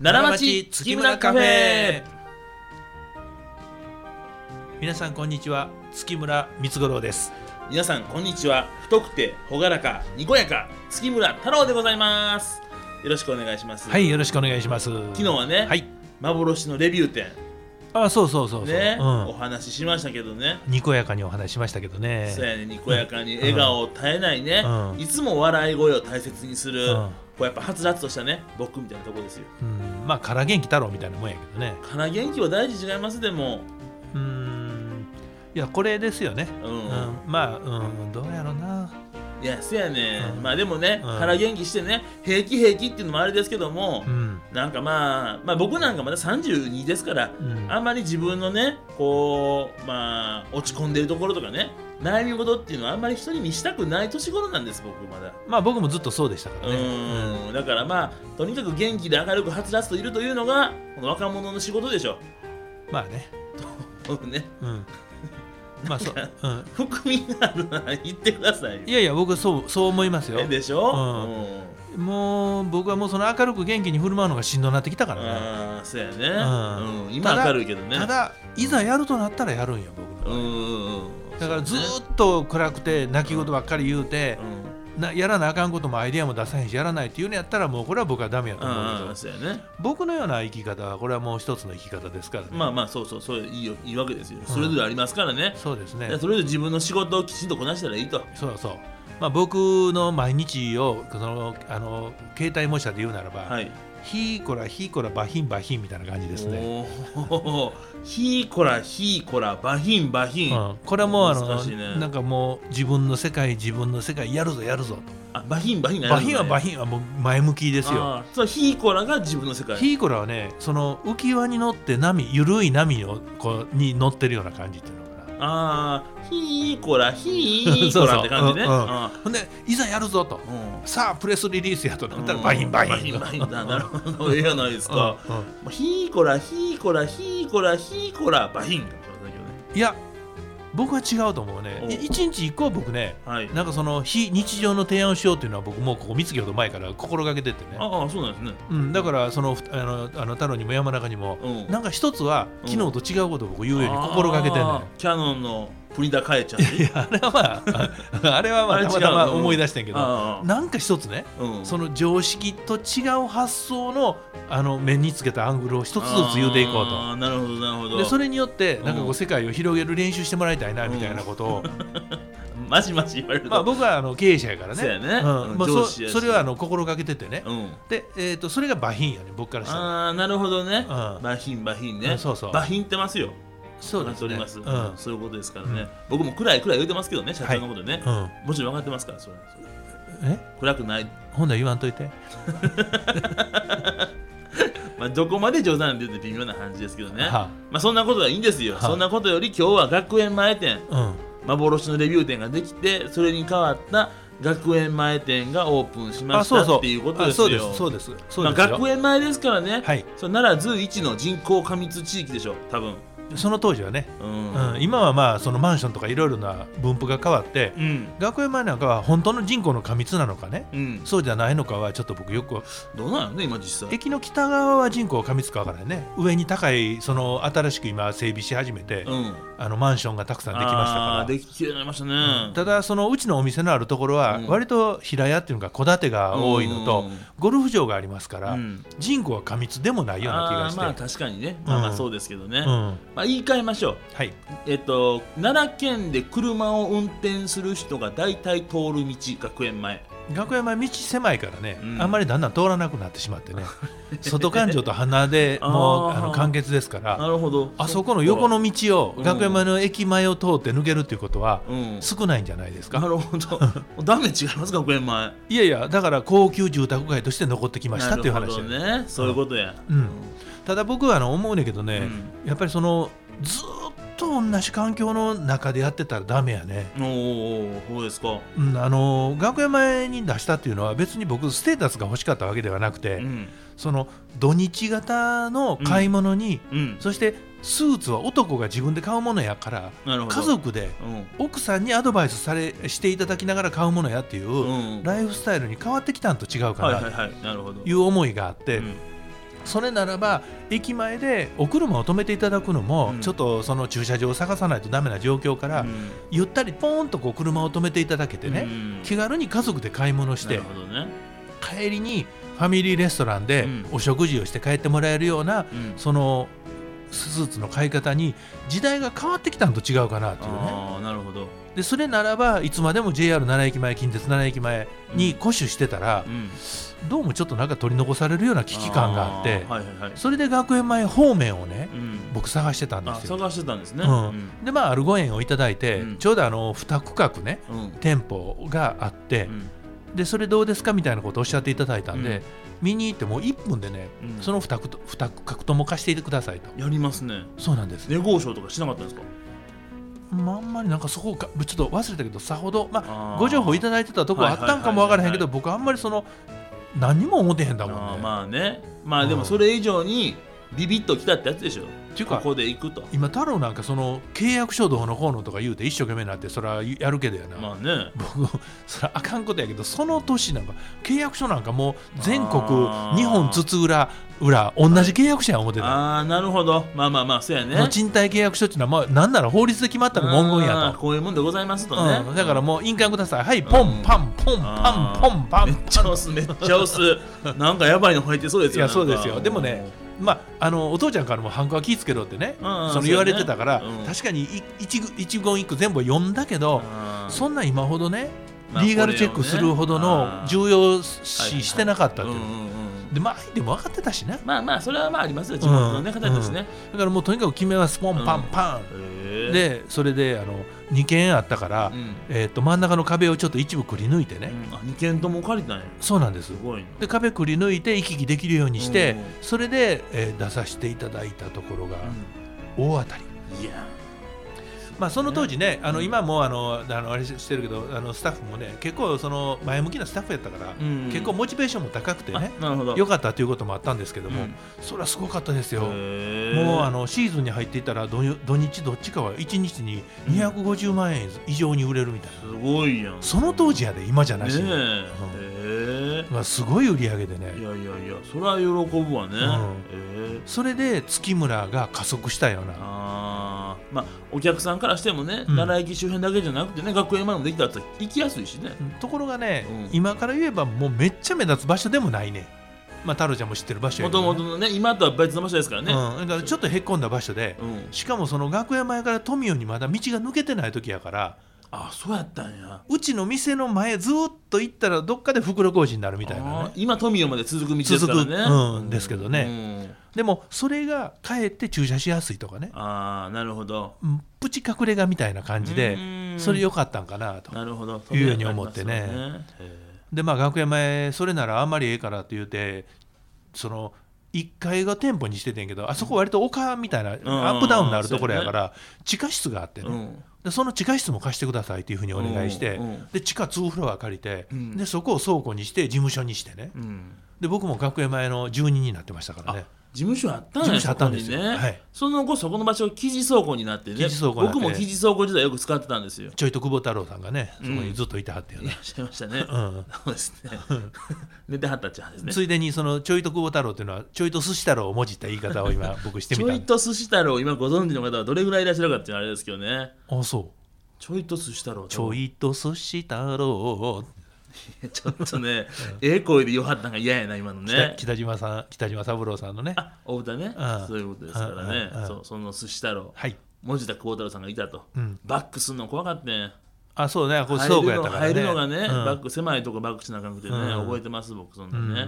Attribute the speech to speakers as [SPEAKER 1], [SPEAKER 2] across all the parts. [SPEAKER 1] 奈良町月村カフェ
[SPEAKER 2] 皆さんこんにちは月村光五郎です
[SPEAKER 1] 皆さんこんにちは太くて朗らかにこやか月村太郎でございますよろしくお願いします
[SPEAKER 2] はいよろしくお願いします
[SPEAKER 1] 昨日はね、
[SPEAKER 2] はい
[SPEAKER 1] 幻のレビュー展
[SPEAKER 2] あそうそうそうそう、
[SPEAKER 1] ね、
[SPEAKER 2] う
[SPEAKER 1] お
[SPEAKER 2] ん、
[SPEAKER 1] 話ししましたけどね
[SPEAKER 2] にこやかにお話しましたけどね
[SPEAKER 1] そうやねにこやかに笑顔を絶えないね、
[SPEAKER 2] うん
[SPEAKER 1] いつも笑い声を大切にする、
[SPEAKER 2] うん
[SPEAKER 1] こうやっぱはつらつとしたね僕みたいなとこですよ
[SPEAKER 2] うん、まあから元気太郎みたいなもんやけどね
[SPEAKER 1] から元気は大事違いますでも
[SPEAKER 2] うんいやこれですよね、
[SPEAKER 1] うん、
[SPEAKER 2] うんまあ、うん、どうやろうない
[SPEAKER 1] やせやね、
[SPEAKER 2] うん
[SPEAKER 1] まあでもね、
[SPEAKER 2] うん
[SPEAKER 1] から元気してね平気平気っていうのもあれですけども
[SPEAKER 2] う、ん、
[SPEAKER 1] なんかまあまあ僕なんかまだ32ですから
[SPEAKER 2] うん、
[SPEAKER 1] あんまり自分のねこうまあ落ち込んでるところとかね悩み事っていうのはあんまり人に見したくない年頃なんです僕まだ
[SPEAKER 2] まあ僕もずっとそうでしたから
[SPEAKER 1] う
[SPEAKER 2] ね
[SPEAKER 1] ーんだからまあとにかく元気で明るくはつらつといるというのがこの若者の仕事でしょ
[SPEAKER 2] うんまあね
[SPEAKER 1] 僕ね
[SPEAKER 2] うんまあそう、うん、
[SPEAKER 1] 含みがあるなら言ってくださいよ
[SPEAKER 2] いやいや僕そうそう思いますよ
[SPEAKER 1] えでしょ、
[SPEAKER 2] うん
[SPEAKER 1] うん
[SPEAKER 2] もう僕はもうその明るく元気に振る舞うのがしんどなってきたからね
[SPEAKER 1] ああそうやね、
[SPEAKER 2] うん
[SPEAKER 1] うん、今
[SPEAKER 2] ただ
[SPEAKER 1] 明るいけどね
[SPEAKER 2] ただいざやるとなったらやるんよ僕
[SPEAKER 1] うん
[SPEAKER 2] は
[SPEAKER 1] うんうん
[SPEAKER 2] だからず
[SPEAKER 1] そう
[SPEAKER 2] ーっと暗くて泣き言ばっかり言うて
[SPEAKER 1] や、ね
[SPEAKER 2] なやらなあかんこともアイデアも出さへんしやらないっていうのやったらもうこれは僕はダメやと
[SPEAKER 1] うん
[SPEAKER 2] 思う
[SPEAKER 1] うん
[SPEAKER 2] け
[SPEAKER 1] うん
[SPEAKER 2] ど
[SPEAKER 1] そうやね
[SPEAKER 2] 僕のような生き方はこれはもう一つの生き方ですからね、
[SPEAKER 1] まあまあそうそうそういいよいいわけですよそれぞれありますからね、
[SPEAKER 2] そうですね
[SPEAKER 1] でそれぞれ自分の仕事をきちんとこなしたらいいと
[SPEAKER 2] そうそうまあ僕の毎日をそのあの携帯模写で言うならば、
[SPEAKER 1] はい
[SPEAKER 2] ヒーコラヒーコラバヒンバヒンみたいな感じですね、
[SPEAKER 1] おーひーこらひーこらバヒンバヒン、
[SPEAKER 2] うん、これはもうあの
[SPEAKER 1] 難、しいね
[SPEAKER 2] なんかもう自分の世界自分の世界やるぞやるぞ
[SPEAKER 1] あバヒンバヒン
[SPEAKER 2] とバヒンはバ
[SPEAKER 1] ヒン
[SPEAKER 2] ヒンはもう前向きですよ
[SPEAKER 1] あーそうひーこらが自分の世界
[SPEAKER 2] ヒーコラはねその浮き輪に乗って波緩い波をこうに乗ってるような感じっていうのかな
[SPEAKER 1] あーひーこらひーこらって感じね
[SPEAKER 2] そうそううんうん
[SPEAKER 1] あ
[SPEAKER 2] ほんでいざやるぞと
[SPEAKER 1] ーうん
[SPEAKER 2] さあプレスリリースやとなったら
[SPEAKER 1] うん
[SPEAKER 2] バヒンバ
[SPEAKER 1] バ
[SPEAKER 2] ヒ
[SPEAKER 1] ヒ
[SPEAKER 2] ン
[SPEAKER 1] ンバヒンだなるほどええやないです
[SPEAKER 2] うん
[SPEAKER 1] か
[SPEAKER 2] うん
[SPEAKER 1] もうひーこらひーこらひーこらひーこらバヒンかもしれないけどね
[SPEAKER 2] いや僕は違うと思うね
[SPEAKER 1] お
[SPEAKER 2] い一日一個僕ね
[SPEAKER 1] はい
[SPEAKER 2] なんかその非日常の提案をしようっていうのは僕もうここ三月ほど前から心がけててね、
[SPEAKER 1] ああそうなんですね
[SPEAKER 2] うん、だからそのふあのあの太郎にも山中にも、
[SPEAKER 1] うん
[SPEAKER 2] なんか一つは
[SPEAKER 1] うん
[SPEAKER 2] 昨日と違うことを僕言うように心がけてんのよ
[SPEAKER 1] あーキャノンのプリンター変えちゃっ ていい
[SPEAKER 2] あれはまああれはま
[SPEAKER 1] あ
[SPEAKER 2] あ
[SPEAKER 1] れ
[SPEAKER 2] た
[SPEAKER 1] 違う
[SPEAKER 2] またま思い出してんけど
[SPEAKER 1] あ
[SPEAKER 2] なんか一つね
[SPEAKER 1] ーうん
[SPEAKER 2] その常識と違う発想のあの面につけたアングルを一つずつ言うていこうと
[SPEAKER 1] あ。ーなるほどなるほど
[SPEAKER 2] でそれによってなん
[SPEAKER 1] う
[SPEAKER 2] かこ
[SPEAKER 1] ん
[SPEAKER 2] う世界を広げる練習してもらいたいなみたいなことを、
[SPEAKER 1] マジマジ言われると
[SPEAKER 2] まあ、僕はあの経営者やからね
[SPEAKER 1] そうやね
[SPEAKER 2] うんまあ、
[SPEAKER 1] 上
[SPEAKER 2] そ
[SPEAKER 1] 司やし
[SPEAKER 2] それはあの心がけててね、
[SPEAKER 1] うん、
[SPEAKER 2] で、えー、とそれがバヒンやね僕からしたら、
[SPEAKER 1] ああなるほどね、
[SPEAKER 2] うん
[SPEAKER 1] バヒンバヒンね、
[SPEAKER 2] うんそうそう
[SPEAKER 1] バヒンってますよ
[SPEAKER 2] そう
[SPEAKER 1] わ
[SPEAKER 2] で
[SPEAKER 1] かってお
[SPEAKER 2] す
[SPEAKER 1] り
[SPEAKER 2] ね
[SPEAKER 1] ます、
[SPEAKER 2] うん
[SPEAKER 1] そういうことですからね、僕も暗い暗い言うてますけどね社長のことね、
[SPEAKER 2] うん、
[SPEAKER 1] もちろん分かってますからそれそれ
[SPEAKER 2] え
[SPEAKER 1] 暗くない、
[SPEAKER 2] ほんなら言わんといて
[SPEAKER 1] まあ、どこまで冗談で言って微妙な感じですけどね
[SPEAKER 2] は
[SPEAKER 1] まあそんなことはいいんですよ
[SPEAKER 2] は
[SPEAKER 1] そんなことより今日は学園前店
[SPEAKER 2] あ
[SPEAKER 1] 幻のレビュー店ができてそれに代わった学園前店がオープンし
[SPEAKER 2] うん、
[SPEAKER 1] ま
[SPEAKER 2] あ
[SPEAKER 1] し
[SPEAKER 2] そう
[SPEAKER 1] た
[SPEAKER 2] そう
[SPEAKER 1] っていうことで
[SPEAKER 2] あ
[SPEAKER 1] すよ
[SPEAKER 2] そうですそうですそう
[SPEAKER 1] まあ、
[SPEAKER 2] ですよ、
[SPEAKER 1] 学園前ですからね、
[SPEAKER 2] はい
[SPEAKER 1] それ奈良随一の人口過密地域でしょ多分
[SPEAKER 2] その当時はね、
[SPEAKER 1] うん
[SPEAKER 2] うん、今はまあそのマンションとかいろいろな分布が変わって、
[SPEAKER 1] うん
[SPEAKER 2] 学園前なんかは本当の人口の過密なのかね
[SPEAKER 1] うん、
[SPEAKER 2] そうじゃないのかはちょっと僕よく
[SPEAKER 1] どうなんやろね今実際
[SPEAKER 2] 駅の北側は人口過密かわからないね上に高いその新しく今整備し始めて、
[SPEAKER 1] うん
[SPEAKER 2] あのマンションがたくさんできました
[SPEAKER 1] あ
[SPEAKER 2] か
[SPEAKER 1] ー
[SPEAKER 2] ら
[SPEAKER 1] できるようになりましたね、
[SPEAKER 2] ただそのうちのお店のあるところは
[SPEAKER 1] うん
[SPEAKER 2] 割と平屋っていうのが戸建てが多いの
[SPEAKER 1] う
[SPEAKER 2] と
[SPEAKER 1] ん
[SPEAKER 2] ゴルフ場がありますか
[SPEAKER 1] う
[SPEAKER 2] ら
[SPEAKER 1] ん
[SPEAKER 2] 人口は過密でもないような気が
[SPEAKER 1] あーまあ
[SPEAKER 2] して
[SPEAKER 1] 確かにね、まあまあ
[SPEAKER 2] うん
[SPEAKER 1] そうですけどね、
[SPEAKER 2] うんは
[SPEAKER 1] まあ言い換えましょう
[SPEAKER 2] い
[SPEAKER 1] えっと奈良県で車を運転する人が大体通る道学園前
[SPEAKER 2] 学園前道狭いからね
[SPEAKER 1] うん
[SPEAKER 2] あんまりだんだん通らなくなってしまって ね外環状と鼻でもう
[SPEAKER 1] あー
[SPEAKER 2] あの完結ですから
[SPEAKER 1] なるほど
[SPEAKER 2] あそこの横の道を
[SPEAKER 1] うん
[SPEAKER 2] 学園前の駅前を通って抜けるっていうことは
[SPEAKER 1] うん
[SPEAKER 2] 少ないんじゃないです
[SPEAKER 1] な
[SPEAKER 2] か
[SPEAKER 1] るほ どダメ違います学園前
[SPEAKER 2] いやいやだから高級住宅街として残ってきましたっていう
[SPEAKER 1] なる
[SPEAKER 2] 話
[SPEAKER 1] ほ
[SPEAKER 2] だよ
[SPEAKER 1] どねそういうことや、
[SPEAKER 2] うんただ僕はあの思うねんけどね、やっぱりそのずーっと同じ環境の中でやってたらダメやね、
[SPEAKER 1] うん、おおそうですか、
[SPEAKER 2] うん、あの学園前に出したっていうのは別に僕ステータスが欲しかったわけではなくて、
[SPEAKER 1] うん
[SPEAKER 2] その土日型の買い物に、
[SPEAKER 1] うん、
[SPEAKER 2] そしてスーツは男が自分で買うものやから
[SPEAKER 1] なるほど
[SPEAKER 2] 家族で
[SPEAKER 1] うん
[SPEAKER 2] 奥さんにアドバイスされしていただきながら買うものやっていうう、
[SPEAKER 1] ん、
[SPEAKER 2] ライフスタイルに変わってきたんと違うか
[SPEAKER 1] はい
[SPEAKER 2] な
[SPEAKER 1] はいはいなるほど
[SPEAKER 2] という思いがあって、
[SPEAKER 1] うん
[SPEAKER 2] それならば駅前でお車を止めていただくのも、
[SPEAKER 1] うん
[SPEAKER 2] ちょっとその駐車場を探さないとダメな状況から、
[SPEAKER 1] うん
[SPEAKER 2] ゆったりポーンとこう車を止めていただけてね、
[SPEAKER 1] うん
[SPEAKER 2] 気軽に家族で買い物して
[SPEAKER 1] なるほどね、
[SPEAKER 2] 帰りにファミリーレストランで
[SPEAKER 1] うん
[SPEAKER 2] お食事をして帰ってもらえるような、
[SPEAKER 1] うん
[SPEAKER 2] そのスーツの買い方に時代が変わってきたのと違うかなというね
[SPEAKER 1] ああなるほど、
[SPEAKER 2] でそれならばいつまでも JR 奈良駅前近鉄奈良駅前に固守してたら
[SPEAKER 1] う、ん、
[SPEAKER 2] どうもちょっとなんか取り残されるような危機感があって
[SPEAKER 1] ーはいはいはい、
[SPEAKER 2] それで学園前方面をね
[SPEAKER 1] うん、
[SPEAKER 2] 僕探してたんで
[SPEAKER 1] あ
[SPEAKER 2] すよ。
[SPEAKER 1] 探してたんですね、
[SPEAKER 2] うんでまあアルゴ園をいただいて、
[SPEAKER 1] うん
[SPEAKER 2] ちょうどあの2区画ね
[SPEAKER 1] うんうん
[SPEAKER 2] 店舗があって、でそれどうですかみたいなことをおっしゃっていただいたんで、
[SPEAKER 1] うん
[SPEAKER 2] 見に行ってもう1分でね
[SPEAKER 1] うん
[SPEAKER 2] その2区と2区画とも貸していてくださいと
[SPEAKER 1] やりますね
[SPEAKER 2] そうなんです、
[SPEAKER 1] 寝交渉とかしなかったんですか
[SPEAKER 2] まああんまりなんかそこかちょっと忘れたけどさほど、まあ、
[SPEAKER 1] あー
[SPEAKER 2] ご情報いただいてたとこあったんかもわからへんけど
[SPEAKER 1] は
[SPEAKER 2] 僕あんまりその何にも思ってへんだもん
[SPEAKER 1] あ
[SPEAKER 2] ね
[SPEAKER 1] ー。まあねまあでもそれ以上にビビッときたってやつでしょ
[SPEAKER 2] っていう
[SPEAKER 1] こ
[SPEAKER 2] か
[SPEAKER 1] こで行くと
[SPEAKER 2] 今太郎なんかその契約書どうのこうのとか言うて一生懸命になってそれはやるけどやな、
[SPEAKER 1] まあね
[SPEAKER 2] 僕 それあかんことやけどその年なんか契約書なんかもう全国
[SPEAKER 1] あー
[SPEAKER 2] 日本津々浦々同じ契約書や思ってた、
[SPEAKER 1] ああなるほどまあまあまあそうやね
[SPEAKER 2] その賃貸契約書っていうのはまあ何なら法律で決まったの文言
[SPEAKER 1] あ
[SPEAKER 2] や
[SPEAKER 1] ーこういうもんでございます
[SPEAKER 2] と、
[SPEAKER 1] とね、
[SPEAKER 2] うんだからもう印鑑くださいはい
[SPEAKER 1] ん
[SPEAKER 2] ポンパンポンパ
[SPEAKER 1] あ
[SPEAKER 2] ン
[SPEAKER 1] ー
[SPEAKER 2] ポンパ
[SPEAKER 1] め
[SPEAKER 2] ン
[SPEAKER 1] っちゃ押すめっちゃ押すなんかやばいの入ってそうですよ
[SPEAKER 2] い
[SPEAKER 1] なん
[SPEAKER 2] や
[SPEAKER 1] か
[SPEAKER 2] そうですよでもねまああのお父ちゃんからもハンコは気ぃつけろってね、
[SPEAKER 1] うんうん
[SPEAKER 2] その言われてたから、
[SPEAKER 1] そうやねうん
[SPEAKER 2] 確かにい一句一言一句全部読んだけど、
[SPEAKER 1] あー
[SPEAKER 2] そんな今ほどね、
[SPEAKER 1] まあ
[SPEAKER 2] リーガルチェックするほどの重要
[SPEAKER 1] はいはい
[SPEAKER 2] 視してなかった
[SPEAKER 1] う
[SPEAKER 2] と
[SPEAKER 1] ん
[SPEAKER 2] いうう、
[SPEAKER 1] んうん
[SPEAKER 2] でまあ相手も分かってたしね
[SPEAKER 1] まあまあそれはまあありますよ自分のね
[SPEAKER 2] うん
[SPEAKER 1] 形ですね、
[SPEAKER 2] だからもうとにかく決めはスポンパンパン、
[SPEAKER 1] へー、
[SPEAKER 2] でそれであの2軒あったから、
[SPEAKER 1] うん
[SPEAKER 2] えー、と真ん中の壁をちょっと一部くり抜いてね、
[SPEAKER 1] うんあ2軒とも借りたんや
[SPEAKER 2] そうなんです
[SPEAKER 1] すごいな
[SPEAKER 2] で壁くり抜いて行き来できるようにして、
[SPEAKER 1] うん
[SPEAKER 2] それで、えー出させていただいたところが
[SPEAKER 1] う
[SPEAKER 2] 大当たり、
[SPEAKER 1] んいや
[SPEAKER 2] まあ、その当時ねあの今もうあのあのあれしてるけどあのスタッフもね結構その前向きなスタッフやったから、
[SPEAKER 1] うん
[SPEAKER 2] 結構モチベーションも高くてね
[SPEAKER 1] あなるほど
[SPEAKER 2] 良
[SPEAKER 1] く
[SPEAKER 2] かったということもあったんですけども、それはすごかったですよ。もうあのシーズンに入っていたら土日土日どっちかは1日に250万円以上に売れるみたいな、
[SPEAKER 1] すごいやん
[SPEAKER 2] その当時やで今じゃな
[SPEAKER 1] ね
[SPEAKER 2] しに、
[SPEAKER 1] え、へ
[SPEAKER 2] まあ、すごい売り上げでね
[SPEAKER 1] えいやいやいやそれは喜ぶわね、ええ
[SPEAKER 2] それで月村が加速したような
[SPEAKER 1] あーまあお客さんからしてもね、
[SPEAKER 2] うん
[SPEAKER 1] 奈良駅周辺だけじゃなくてね学園前もできたら行きやすいしね
[SPEAKER 2] ところがね、
[SPEAKER 1] うん
[SPEAKER 2] 今から言えばもうめっちゃ目立つ場所でもないねまあ太郎ちゃんも知ってる場所や
[SPEAKER 1] もと
[SPEAKER 2] けどね
[SPEAKER 1] もとのね今とは別の場所ですからね、
[SPEAKER 2] うん、だからちょっとへっこんだ場所で
[SPEAKER 1] うん
[SPEAKER 2] しかもその楽屋前から富雄にまだ道が抜けてない時やから
[SPEAKER 1] あそうやったんや
[SPEAKER 2] うちの店の前ずーっと行ったらどっかで袋小路になるみたいな
[SPEAKER 1] あ
[SPEAKER 2] ね
[SPEAKER 1] ー今富山まで続く道ですからね
[SPEAKER 2] 続くうんですけど
[SPEAKER 1] ね、うん
[SPEAKER 2] でもそれがかえって駐車しやすいとかね
[SPEAKER 1] ああなるほど
[SPEAKER 2] うんプチ隠れ家みたいな感じで
[SPEAKER 1] うん
[SPEAKER 2] それ良かったんかなと
[SPEAKER 1] なるほど
[SPEAKER 2] いうように思ってね
[SPEAKER 1] そういうのがありますよね
[SPEAKER 2] でまあ楽屋前それならあんまりええからって言うてその1階が店舗にしててんけどあそこ割と丘みたいなアップダウンのあるところやから地下室があって
[SPEAKER 1] へーう
[SPEAKER 2] ね
[SPEAKER 1] ん
[SPEAKER 2] でその地下室も貸してくださいっていうふうにお願いして
[SPEAKER 1] うんうん
[SPEAKER 2] で地下2フロア借りて
[SPEAKER 1] うん
[SPEAKER 2] でそこを倉庫にして事務所にしてね
[SPEAKER 1] うん
[SPEAKER 2] で僕も楽屋前の住人になってましたからね
[SPEAKER 1] あ事務所あったんや
[SPEAKER 2] 事務所あったんですよ
[SPEAKER 1] そこにね、
[SPEAKER 2] はい
[SPEAKER 1] その後そこの場所記事倉庫になってね
[SPEAKER 2] 生地倉庫になって
[SPEAKER 1] 僕も記事倉庫時代よく使ってたんですよ
[SPEAKER 2] ちょいと久保太郎さんがねそこにずっといてはったよ
[SPEAKER 1] いら
[SPEAKER 2] ね
[SPEAKER 1] っしゃいましたね、
[SPEAKER 2] うん
[SPEAKER 1] そうです ね寝てはったっちゃうんですね
[SPEAKER 2] ついでにそのちょいと久保太郎っていうのはちょいと寿司太郎をもじった言い方を今僕して
[SPEAKER 1] ち
[SPEAKER 2] み
[SPEAKER 1] ょ
[SPEAKER 2] た
[SPEAKER 1] い
[SPEAKER 2] んで
[SPEAKER 1] と寿司太郎今ご存知の方はどれぐらいいらっしゃるかっていうのはあれですけどね
[SPEAKER 2] あそう
[SPEAKER 1] ちょいと寿司太郎
[SPEAKER 2] ちょいと寿司太郎、
[SPEAKER 1] ちょっとね、ええ声で言わはったんが嫌やな、今の
[SPEAKER 2] 北
[SPEAKER 1] ね。
[SPEAKER 2] 北島さん北島三郎さんのね
[SPEAKER 1] あ、お歌ね
[SPEAKER 2] ああ、
[SPEAKER 1] そういうことですからね
[SPEAKER 2] ああああ。
[SPEAKER 1] そう、その寿司太郎、
[SPEAKER 2] はい
[SPEAKER 1] 文字田幸太郎さんがいたと
[SPEAKER 2] うん。
[SPEAKER 1] バックすんの怖かったね。
[SPEAKER 2] あそうねこう
[SPEAKER 1] 入る
[SPEAKER 2] 倉
[SPEAKER 1] の
[SPEAKER 2] 庫やったからね
[SPEAKER 1] 入るのがね、
[SPEAKER 2] うん
[SPEAKER 1] バック狭いとこバックしなあかんくてね、
[SPEAKER 2] うん
[SPEAKER 1] 覚えてます僕そん
[SPEAKER 2] う
[SPEAKER 1] なんね。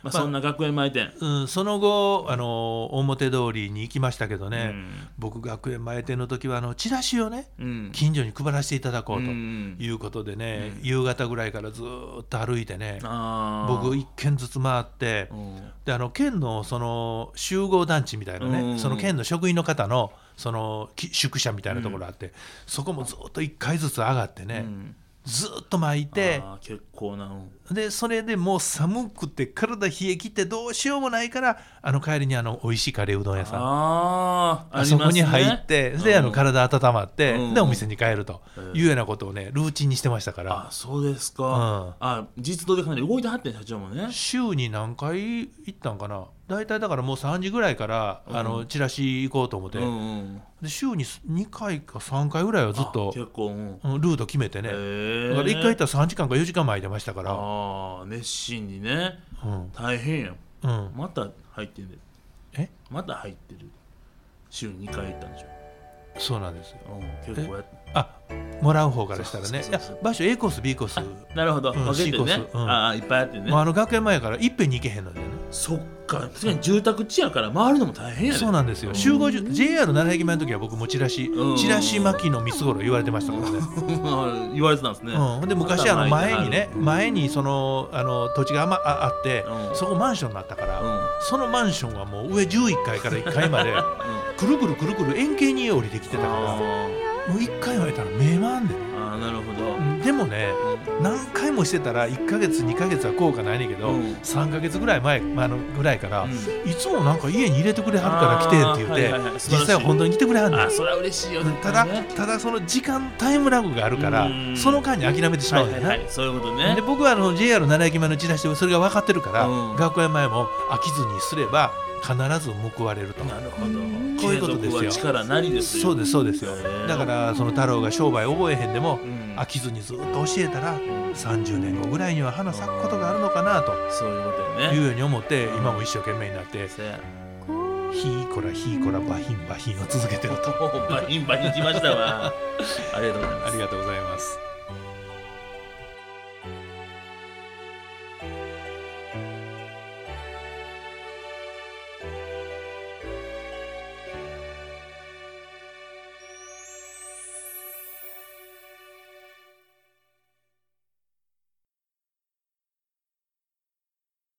[SPEAKER 1] まあそんな学園前店。
[SPEAKER 2] うん、その後、あの表通りに行きましたけどね、
[SPEAKER 1] うん
[SPEAKER 2] 僕学園前店の時はあのチラシをね
[SPEAKER 1] うん。
[SPEAKER 2] 近所に配らせていただこうと
[SPEAKER 1] うん
[SPEAKER 2] いうことでね、夕方ぐらいからずーっと歩いてね
[SPEAKER 1] あー
[SPEAKER 2] 僕一軒ずつ回って、
[SPEAKER 1] うん
[SPEAKER 2] であの県のその集合団地みたいなね、
[SPEAKER 1] うん
[SPEAKER 2] その県の職員の方のそのき宿舎みたいなところあって、そこもずっと1回ずつ上がって
[SPEAKER 1] う
[SPEAKER 2] ね、
[SPEAKER 1] ん
[SPEAKER 2] ずっと巻いて
[SPEAKER 1] あー結構な。うん
[SPEAKER 2] でそれでもう寒くて体冷え切ってどうしようもないからあの帰りにあの美味しいカレーうどん屋さんあ,、
[SPEAKER 1] あーありますね、
[SPEAKER 2] そこに入ってであ
[SPEAKER 1] う
[SPEAKER 2] の
[SPEAKER 1] ん
[SPEAKER 2] 体温まって、
[SPEAKER 1] うん
[SPEAKER 2] でお店に帰ると
[SPEAKER 1] うん
[SPEAKER 2] いうようなことをねルーチンにしてましたか
[SPEAKER 1] あ
[SPEAKER 2] ら
[SPEAKER 1] そうですか、
[SPEAKER 2] うん
[SPEAKER 1] あ実動でかなり動いてはってん社長もね
[SPEAKER 2] 週に何回行ったんかな大体だからもう3時ぐらいから、あ
[SPEAKER 1] う
[SPEAKER 2] の
[SPEAKER 1] ん
[SPEAKER 2] チラシ行こうと思って、
[SPEAKER 1] うんうん、
[SPEAKER 2] で週に2回か3回ぐらいはずっ
[SPEAKER 1] あ
[SPEAKER 2] と
[SPEAKER 1] 結構、うん、
[SPEAKER 2] うんルート決めてね、
[SPEAKER 1] え
[SPEAKER 2] だから1回行ったら3時間か4時間前いてましたから、
[SPEAKER 1] ああ熱心にね
[SPEAKER 2] うん
[SPEAKER 1] 大変やん
[SPEAKER 2] うん、
[SPEAKER 1] また入ってんで
[SPEAKER 2] え
[SPEAKER 1] また入ってる週2回行ったんでし
[SPEAKER 2] そうなんですよ
[SPEAKER 1] ょ、うん、結構やっ
[SPEAKER 2] あもらう方からしたらね
[SPEAKER 1] そう
[SPEAKER 2] い
[SPEAKER 1] そう
[SPEAKER 2] や
[SPEAKER 1] そう
[SPEAKER 2] 場所 A コース B コース、
[SPEAKER 1] なるほど
[SPEAKER 2] うん
[SPEAKER 1] 分けてね、
[SPEAKER 2] シーコースうん
[SPEAKER 1] ああいっぱいあってね、
[SPEAKER 2] まあ、あの学園前からいっぺんに行けへんのでね
[SPEAKER 1] そっか確かに住宅地やから回るのも大変やで
[SPEAKER 2] そ うなんですよ集合住 JR7 駅前の時は僕もチラシ
[SPEAKER 1] うん
[SPEAKER 2] チラシ巻きの三つ頃言われてましたからね
[SPEAKER 1] 言われてたんですね、
[SPEAKER 2] うん、で昔あの前にね前にそのあの土地があ,、まああって、
[SPEAKER 1] うん
[SPEAKER 2] そこマンションだったから、
[SPEAKER 1] うん、うん
[SPEAKER 2] そのマンションはもう上11階から1階ま でくるくるくるくる円形に降りてきてたからも
[SPEAKER 1] あ
[SPEAKER 2] う1階までいたら目まんね
[SPEAKER 1] ーあーなるほど、
[SPEAKER 2] んでもね何回もしてたら1ヶ月2ヶ月は効果ないねんけど、
[SPEAKER 1] うん
[SPEAKER 2] 3ヶ月ぐらい前あのぐらいから、
[SPEAKER 1] うん
[SPEAKER 2] いつもなんか家に入れてくれはるから来てって言っ
[SPEAKER 1] あ
[SPEAKER 2] て、
[SPEAKER 1] ーはいはいはい素晴らしい
[SPEAKER 2] 実際は本当に来てくれはんね
[SPEAKER 1] あ
[SPEAKER 2] ん
[SPEAKER 1] ーそれは嬉しいよね
[SPEAKER 2] ただ
[SPEAKER 1] ね
[SPEAKER 2] ただその時間タイムラグがあるから
[SPEAKER 1] うん
[SPEAKER 2] その間に諦めてしま
[SPEAKER 1] は
[SPEAKER 2] うん
[SPEAKER 1] い
[SPEAKER 2] だ
[SPEAKER 1] は
[SPEAKER 2] よ
[SPEAKER 1] い
[SPEAKER 2] な、
[SPEAKER 1] はいそういうことね
[SPEAKER 2] で僕はあの JR7 駅前のチラシでそれが分かってるから、
[SPEAKER 1] うん
[SPEAKER 2] 学園前も飽きずにすれば必ず報われると
[SPEAKER 1] なるほど
[SPEAKER 2] こういうことですよ
[SPEAKER 1] 継続は力なりですよ
[SPEAKER 2] そうですそうですよ
[SPEAKER 1] へー
[SPEAKER 2] だからその太郎が商売覚えへんでも
[SPEAKER 1] うん
[SPEAKER 2] 飽きずにずっと教えたら30年後ぐらいには花咲くことがあるのかなと
[SPEAKER 1] そういうことよ
[SPEAKER 2] い
[SPEAKER 1] ね
[SPEAKER 2] うように思って今も一生懸命になって
[SPEAKER 1] せや
[SPEAKER 2] 「ひーこらひーこらバヒ ンバヒン」を続けてると
[SPEAKER 1] おーバインバイン来ましたわありがとうございます
[SPEAKER 2] ありがとうございます